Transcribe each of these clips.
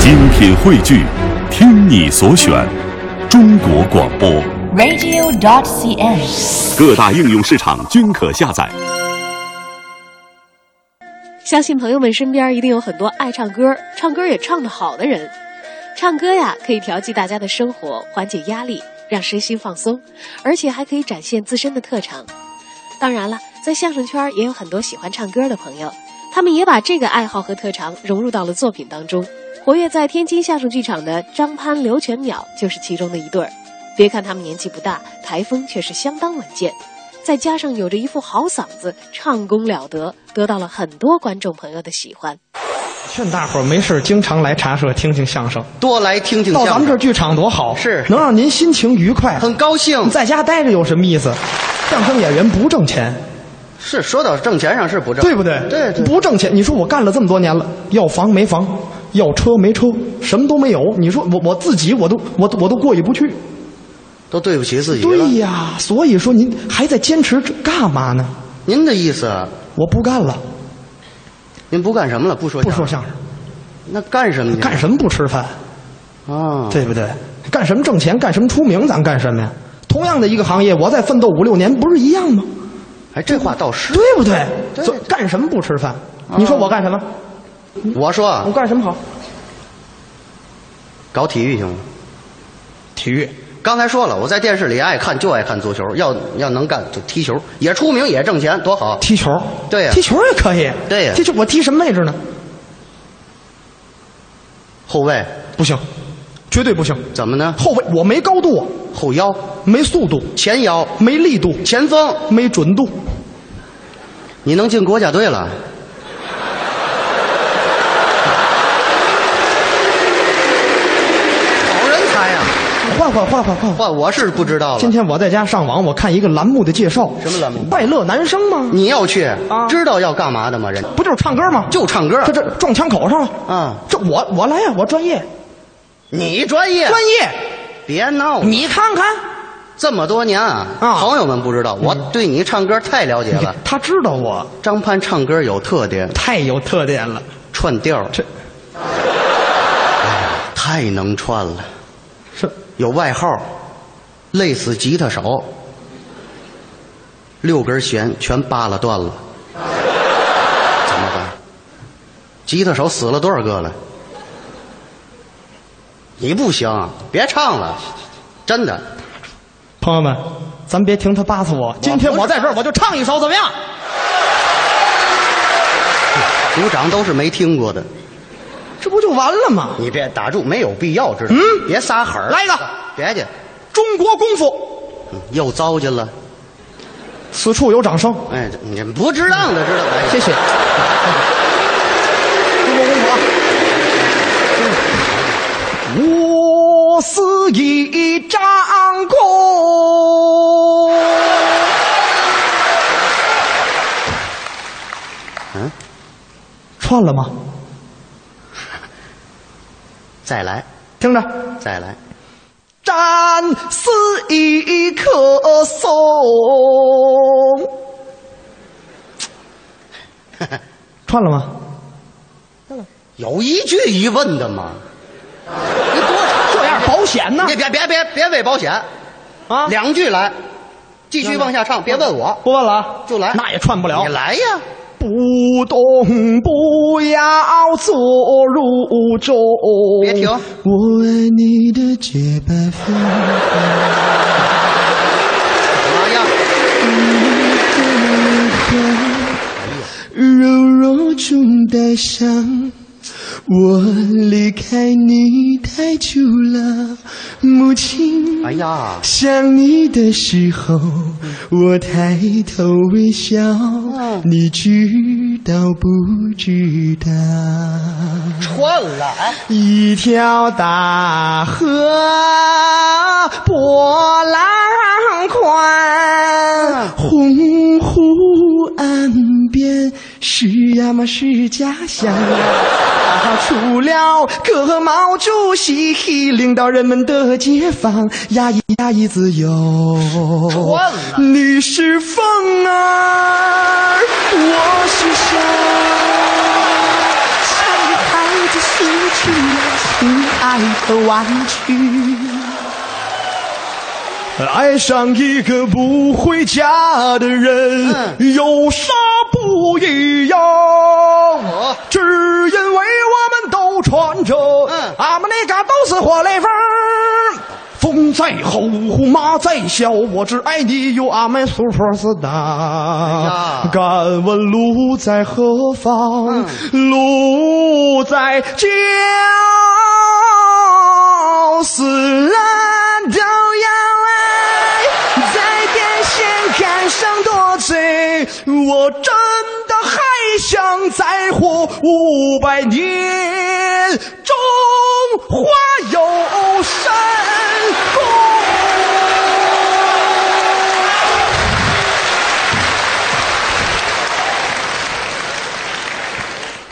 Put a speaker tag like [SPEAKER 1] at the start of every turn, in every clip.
[SPEAKER 1] 精品汇聚，听你所选，中国广播。
[SPEAKER 2] radio.cn。
[SPEAKER 1] 各大应用市场均可下载。
[SPEAKER 3] 相信朋友们身边一定有很多爱唱歌、唱歌也唱得好的人。唱歌呀，可以调剂大家的生活，缓解压力，让身心放松，而且还可以展现自身的特长。当然了，在相声圈也有很多喜欢唱歌的朋友，他们也把这个爱好和特长融入到了作品当中。活跃在天津相声剧场的张潘、刘全淼就是其中的一对儿。别看他们年纪不大，台风却是相当稳健，再加上有着一副好嗓子，唱功了得，得到了很多观众朋友的喜欢。
[SPEAKER 4] 劝大伙儿没事儿经常来茶社听听相声，
[SPEAKER 5] 多来听听
[SPEAKER 4] 到咱
[SPEAKER 5] 相
[SPEAKER 4] 们这
[SPEAKER 5] 声，
[SPEAKER 4] 剧场多好，
[SPEAKER 5] 是
[SPEAKER 4] 能让您心情愉快。
[SPEAKER 5] 很高兴。
[SPEAKER 4] 在家待着有什么意思？相声演员不挣钱，
[SPEAKER 5] 是说到挣钱上是不挣，
[SPEAKER 4] 对不对？
[SPEAKER 5] 对对，
[SPEAKER 4] 不挣钱。你说我干了这么多年了，要房没房，要车没车，什么都没有。你说我我自己我都我都我都过意不去。
[SPEAKER 5] 都对不起自己了。
[SPEAKER 4] 对呀，所以说您还在坚持这干嘛呢？
[SPEAKER 5] 您的意思，
[SPEAKER 4] 我不干了，
[SPEAKER 5] 您不干什么了？不说
[SPEAKER 4] 不说
[SPEAKER 5] 相
[SPEAKER 4] 相声，
[SPEAKER 5] 声，那干什么去？
[SPEAKER 4] 干什么不吃饭？
[SPEAKER 5] 么啊？
[SPEAKER 4] 对不对？干什么挣钱，干什么出名，咱干什么呀？同样的一个行业，我再奋斗五六年，不是一样吗？
[SPEAKER 5] 哎，这话倒是。
[SPEAKER 4] 对不对？
[SPEAKER 5] 对啊
[SPEAKER 4] 所以干什么不吃饭？你说我干什么？
[SPEAKER 5] 我说啊
[SPEAKER 4] 我，干什么好？
[SPEAKER 5] 搞体育行吗？
[SPEAKER 4] 体育。
[SPEAKER 5] 刚才说了，我在电视里爱看就爱看足球，要要能干就踢球，也出名也挣钱，多好。
[SPEAKER 4] 踢球。
[SPEAKER 5] 对呀
[SPEAKER 4] 踢球也可以。
[SPEAKER 5] 对呀
[SPEAKER 4] 踢球我踢什么位置呢？
[SPEAKER 5] 后卫
[SPEAKER 4] 不行，绝对不行。
[SPEAKER 5] 怎么呢？
[SPEAKER 4] 后卫我没高度，
[SPEAKER 5] 后腰、
[SPEAKER 4] 没速度，
[SPEAKER 5] 前腰、
[SPEAKER 4] 没力度，
[SPEAKER 5] 前锋，
[SPEAKER 4] 没准度。
[SPEAKER 5] 你能进国家队了？好人才呀、
[SPEAKER 4] 换换换换换换。
[SPEAKER 5] 哇，我是不知道
[SPEAKER 4] 啊今
[SPEAKER 5] 了。
[SPEAKER 4] 天我在家上网，我看一个栏目的介绍。
[SPEAKER 5] 什么栏目
[SPEAKER 4] 拜乐男生吗？
[SPEAKER 5] 你要去，
[SPEAKER 4] 啊
[SPEAKER 5] 知道要干嘛的吗？人
[SPEAKER 4] 不就是唱歌吗？
[SPEAKER 5] 就唱歌
[SPEAKER 4] 这这撞枪口上了。
[SPEAKER 5] 啊！
[SPEAKER 4] 这我我来呀、我专业，
[SPEAKER 5] 你专业，
[SPEAKER 4] 专业，
[SPEAKER 5] 别闹了！
[SPEAKER 4] 你看看，
[SPEAKER 5] 这么多年啊，
[SPEAKER 4] 啊
[SPEAKER 5] 朋友们不知道，我对你唱歌太了解了。
[SPEAKER 4] 他知道我
[SPEAKER 5] 张潘唱歌有特点，
[SPEAKER 4] 太有特点了，
[SPEAKER 5] 串调儿
[SPEAKER 4] 这
[SPEAKER 5] 太能串了，
[SPEAKER 4] 是
[SPEAKER 5] 有外号儿，累死吉他手，六根弦全扒拉断了，怎么办？吉他手死了多少个了？你不行，别唱了，真的。
[SPEAKER 4] 朋友们，咱别听他扒拉我，今天我在这儿我就唱一首怎么样？
[SPEAKER 5] 鼓掌都是没听过的，
[SPEAKER 4] 这不就完了吗？
[SPEAKER 5] 你别打住，没有必要，知道吗？
[SPEAKER 4] 嗯
[SPEAKER 5] 别撒狠儿
[SPEAKER 4] 来一个
[SPEAKER 5] 别介，
[SPEAKER 4] 中国功夫，
[SPEAKER 5] 嗯又糟践了。
[SPEAKER 4] 此处有掌声，
[SPEAKER 5] 哎，这你不值当的，知道吗？哎
[SPEAKER 4] 谢谢。中国功夫啊！我是一张弓，啊
[SPEAKER 5] 嗯，
[SPEAKER 4] 串了吗？
[SPEAKER 5] 再来，
[SPEAKER 4] 听着。
[SPEAKER 5] 再来，
[SPEAKER 4] 战是一棵
[SPEAKER 5] 哦
[SPEAKER 4] 松。 串了吗？
[SPEAKER 5] 有一句疑问的吗？你多长
[SPEAKER 4] 这样保险呢
[SPEAKER 5] 你？别别别别为保险，
[SPEAKER 4] 啊，
[SPEAKER 5] 两句来，继续往下唱，别问我，
[SPEAKER 4] 不问了啊，
[SPEAKER 5] 就来
[SPEAKER 4] 那也串不了
[SPEAKER 5] 你。来呀，
[SPEAKER 4] 不动不要坐入中。
[SPEAKER 5] 别停
[SPEAKER 4] 我爱你的洁白肤。
[SPEAKER 5] 怎么样？
[SPEAKER 4] 柔弱中带伤。我离开你太久了，母亲。
[SPEAKER 5] 哎呀，
[SPEAKER 4] 想你的时候，我抬头微笑，你知道不知道？
[SPEAKER 5] 串了，哎，
[SPEAKER 4] 一条大河波浪宽，洪湖岸边是呀嘛是家乡呀。打出了个毛主席，领导人们的解放，呀咿呀咿自由。
[SPEAKER 5] 了
[SPEAKER 4] 你是风儿，我是沙。像个孩子失去了来的弯曲。 爱上一个不回家的人，有啥不一样？只因为我们都穿着
[SPEAKER 5] 嗯
[SPEAKER 4] 俺们那嘎都是活雷锋儿。风在吼，马在啸，我只爱你有俺们 superstar
[SPEAKER 5] 呀。
[SPEAKER 4] 敢问路在何方？路在脚死了都要爱，在电线杆上多嘴，我真的还想再活五百年。中华有神功。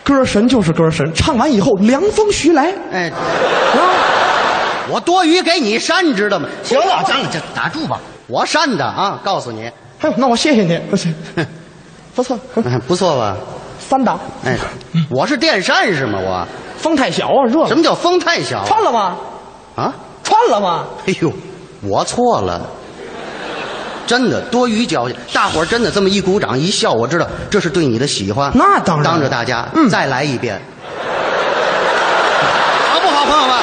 [SPEAKER 4] 歌神就是歌神，唱完以后凉风徐来，
[SPEAKER 5] 哎，
[SPEAKER 4] 啊，
[SPEAKER 5] 我多余给你扇，你知道吗？行了，咱这打住吧，我扇的啊，告诉你，
[SPEAKER 4] 哎呦，那我谢谢你， 不是，不 错，
[SPEAKER 5] 嗯 不错吧？
[SPEAKER 4] 三档，
[SPEAKER 5] 哎， 我是电扇是吗？我
[SPEAKER 4] 风太小啊，热
[SPEAKER 5] 什
[SPEAKER 4] 了，
[SPEAKER 5] 么叫风太小啊？
[SPEAKER 4] 穿了吗？
[SPEAKER 5] 啊？
[SPEAKER 4] 穿了吗？
[SPEAKER 5] 哎呦，我错了，真的多余矫情。大伙儿真的这么一鼓掌一笑，我知道这是对你的喜欢。
[SPEAKER 4] 那当然
[SPEAKER 5] 当着大家，
[SPEAKER 4] 嗯
[SPEAKER 5] 再来一遍，好不好，朋友们？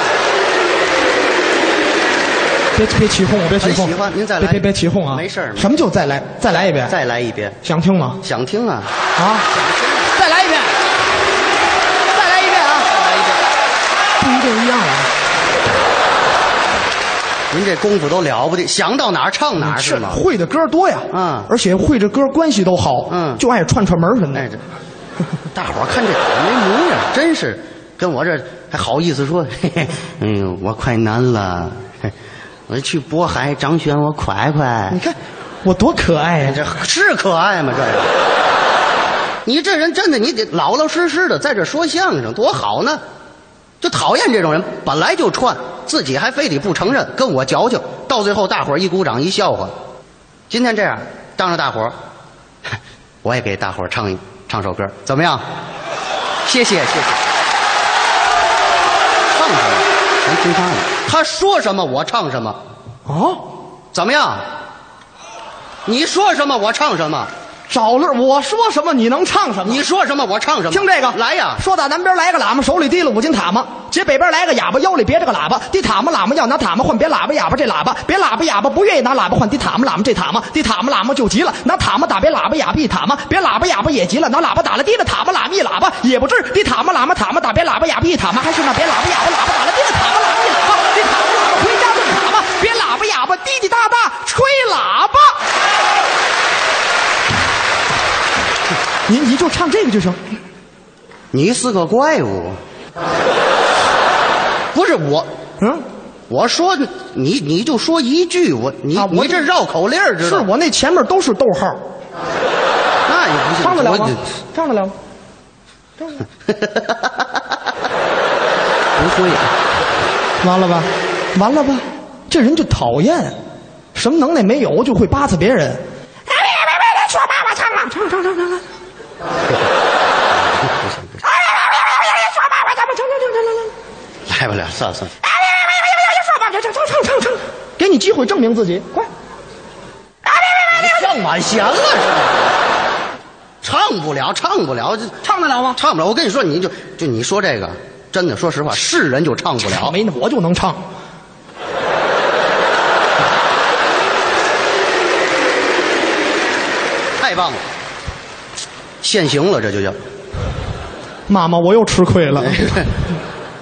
[SPEAKER 4] 别别起哄，别起
[SPEAKER 5] 很
[SPEAKER 4] 哄，
[SPEAKER 5] 喜欢您再来
[SPEAKER 4] 别别别起哄啊，
[SPEAKER 5] 没事儿
[SPEAKER 4] 什么叫再来？再来一遍，
[SPEAKER 5] 再来一遍，
[SPEAKER 4] 想听吗？
[SPEAKER 5] 想听啊？
[SPEAKER 4] 啊，
[SPEAKER 5] 再来一遍，再来一遍啊！再来一遍。
[SPEAKER 4] 不一定一样啊，
[SPEAKER 5] 您这功夫都了不得，想到哪儿唱哪儿嗯是吗？
[SPEAKER 4] 会的歌多呀，
[SPEAKER 5] 嗯
[SPEAKER 4] 而且会这歌关系都好，
[SPEAKER 5] 嗯
[SPEAKER 4] 就爱串串门什么
[SPEAKER 5] 哎，
[SPEAKER 4] 的
[SPEAKER 5] 这，大伙儿看这倒霉模样，真是跟我这还好意思说，嘿嘿，哎呦，我快难了，嘿我去渤海张悬，我快快
[SPEAKER 4] 你，看我多可爱呀、
[SPEAKER 5] 哎这是可爱吗？这个，你这人真的，你得老老实实的在这说相声，多好呢。就讨厌这种人，本来就串，自己还非得不承认，跟我矫情，到最后大伙儿一鼓掌一笑话。今天这样，当着大伙儿， 我也给大伙儿唱一唱首歌，怎么样？谢谢谢谢。唱什么？咱听他的，他说什么我唱什么，
[SPEAKER 4] 啊，
[SPEAKER 5] 怎么样？你说什么我唱什么，
[SPEAKER 4] 找乐，我说什么你能唱什么？
[SPEAKER 5] 你说什么我唱什么。
[SPEAKER 4] 听这个，
[SPEAKER 5] 来呀！
[SPEAKER 4] 说打南边来个喇嘛，手里提了五斤塔嘛；接北边来个哑巴，腰里别着个喇叭。提塔嘛喇嘛要拿塔嘛换，别喇叭哑巴这喇叭，别喇叭哑巴不愿意拿喇叭换，提塔嘛喇嘛这塔嘛，提塔嘛喇嘛就急了，拿塔嘛打别喇叭哑巴一塔嘛，别喇叭哑巴也急了，拿喇叭打了提了塔嘛喇嘛一喇叭也不治，提塔嘛喇嘛塔嘛打别喇叭哑巴一塔嘛，还是那别喇叭哑巴喇叭打了提了塔嘛喇嘛一喇叭，提塔嘛喇嘛回家问塔嘛，别喇叭哑巴滴滴答答吹喇叭。您您就唱这个就行。
[SPEAKER 5] 你是个怪物。不是我，
[SPEAKER 4] 嗯，
[SPEAKER 5] 我说你你就说一句，我你、
[SPEAKER 4] 啊我
[SPEAKER 5] 你这绕口令儿知
[SPEAKER 4] 是
[SPEAKER 5] 道？
[SPEAKER 4] 我那前面都是逗号。
[SPEAKER 5] 那也不行，
[SPEAKER 4] 唱得了吗
[SPEAKER 5] 我？
[SPEAKER 4] 唱得了吗？
[SPEAKER 5] 不会，
[SPEAKER 4] 完了吧，完了吧，这人就讨厌，什么能耐没有就会巴刺别人。哎别别别别说爸爸唱了，唱唱唱唱唱。
[SPEAKER 5] 来不了，算了算了。
[SPEAKER 4] 给你机会证明自己，快！
[SPEAKER 5] 上满弦了是吧？啊唱不了，唱不了，这
[SPEAKER 4] 唱得了吗？
[SPEAKER 5] 唱不了。我跟你说，你就就你说这个，真的，说实话，是人就唱不了。
[SPEAKER 4] 没呢，我就能唱。
[SPEAKER 5] 太棒了，现行了，这就叫。
[SPEAKER 4] 妈妈，我又吃亏
[SPEAKER 5] 哎
[SPEAKER 4] 了。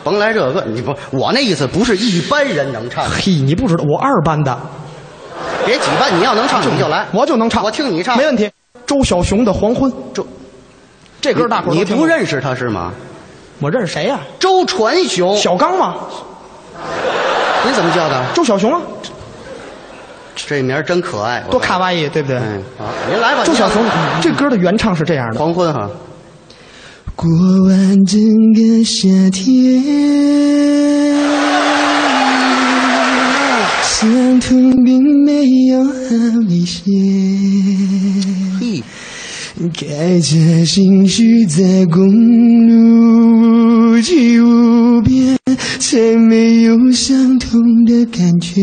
[SPEAKER 5] 甭来这个，你不，我那意思不是一般人能唱，
[SPEAKER 4] 嘿，你不知道，我二班的，
[SPEAKER 5] 别几般，你要能唱你啊就来，
[SPEAKER 4] 我就能唱。
[SPEAKER 5] 我听你唱，
[SPEAKER 4] 没问题。周小熊的《黄昏》，
[SPEAKER 5] 周，
[SPEAKER 4] 这歌大伙儿
[SPEAKER 5] 你
[SPEAKER 4] 都听过
[SPEAKER 5] 不？认识他是吗？
[SPEAKER 4] 我认识谁呀？
[SPEAKER 5] 周传雄，
[SPEAKER 4] 小刚吗？
[SPEAKER 5] 你怎么叫的？
[SPEAKER 4] 周小熊啊，
[SPEAKER 5] 这名儿真可爱，
[SPEAKER 4] 多卡
[SPEAKER 5] 哇！
[SPEAKER 4] 哇伊，对不对？
[SPEAKER 5] 嗯，好，您来吧，
[SPEAKER 4] 周小
[SPEAKER 5] 您
[SPEAKER 4] 熊
[SPEAKER 5] 来吧
[SPEAKER 4] 这歌的原唱是这样的：
[SPEAKER 5] 黄昏哈，
[SPEAKER 4] 过完整个夏天，相同并没有好一些。
[SPEAKER 5] 嘿，
[SPEAKER 4] 开着心绪在公路去无边，才没
[SPEAKER 6] 的感觉。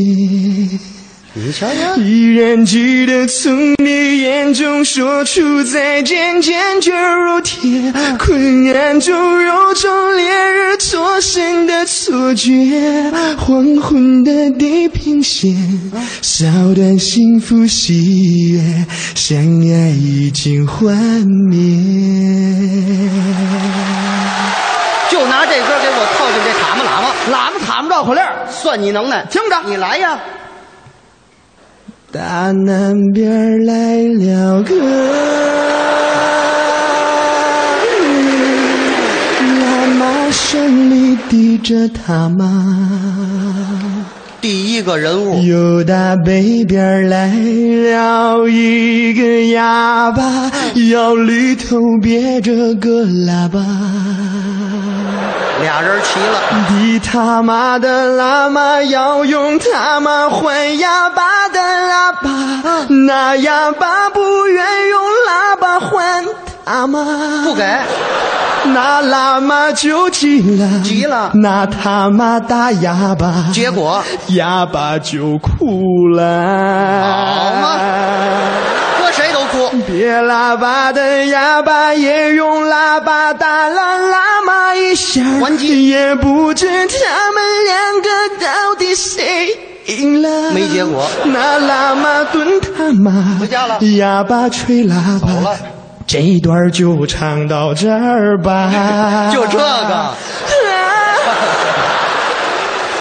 [SPEAKER 5] 你瞧瞧，
[SPEAKER 6] 依然记得从你眼中说出再见，坚决如铁。昏暗中揉成烈日灼心的错觉，黄昏的地平线，烧断幸福喜悦，相爱已经幻灭。
[SPEAKER 5] 就拿这歌给我套进这塔木喇嘛，喇嘛塔木绕口令儿，算你能耐。听着，你来呀！
[SPEAKER 6] 大南边来了个喇嘛，山里低着塔嘛。
[SPEAKER 5] 第一个人物，
[SPEAKER 6] 又大北边来了一个哑巴，腰里头别着个喇叭。
[SPEAKER 5] 俩人齐了，
[SPEAKER 6] 你他妈的喇嘛要用他妈换哑巴的喇叭，那哑巴不愿用喇叭换他妈，
[SPEAKER 5] 不给，
[SPEAKER 6] 那喇嘛就急了，
[SPEAKER 5] 急了
[SPEAKER 6] 那他妈打哑巴，
[SPEAKER 5] 结果
[SPEAKER 6] 哑巴就哭了。
[SPEAKER 5] 好嘛搁谁都哭。
[SPEAKER 6] 别喇叭的哑巴也用喇叭打了喇嘛一下，
[SPEAKER 5] 还击
[SPEAKER 6] 也不知他们两个到底谁赢了，
[SPEAKER 5] 没结果
[SPEAKER 6] 那喇嘛蹲他妈，
[SPEAKER 5] 回家了
[SPEAKER 6] 哑巴吹喇
[SPEAKER 4] 嗯
[SPEAKER 6] 叭，
[SPEAKER 5] 走了
[SPEAKER 6] 这一段就唱到这儿吧
[SPEAKER 5] ，就这个
[SPEAKER 6] 啊。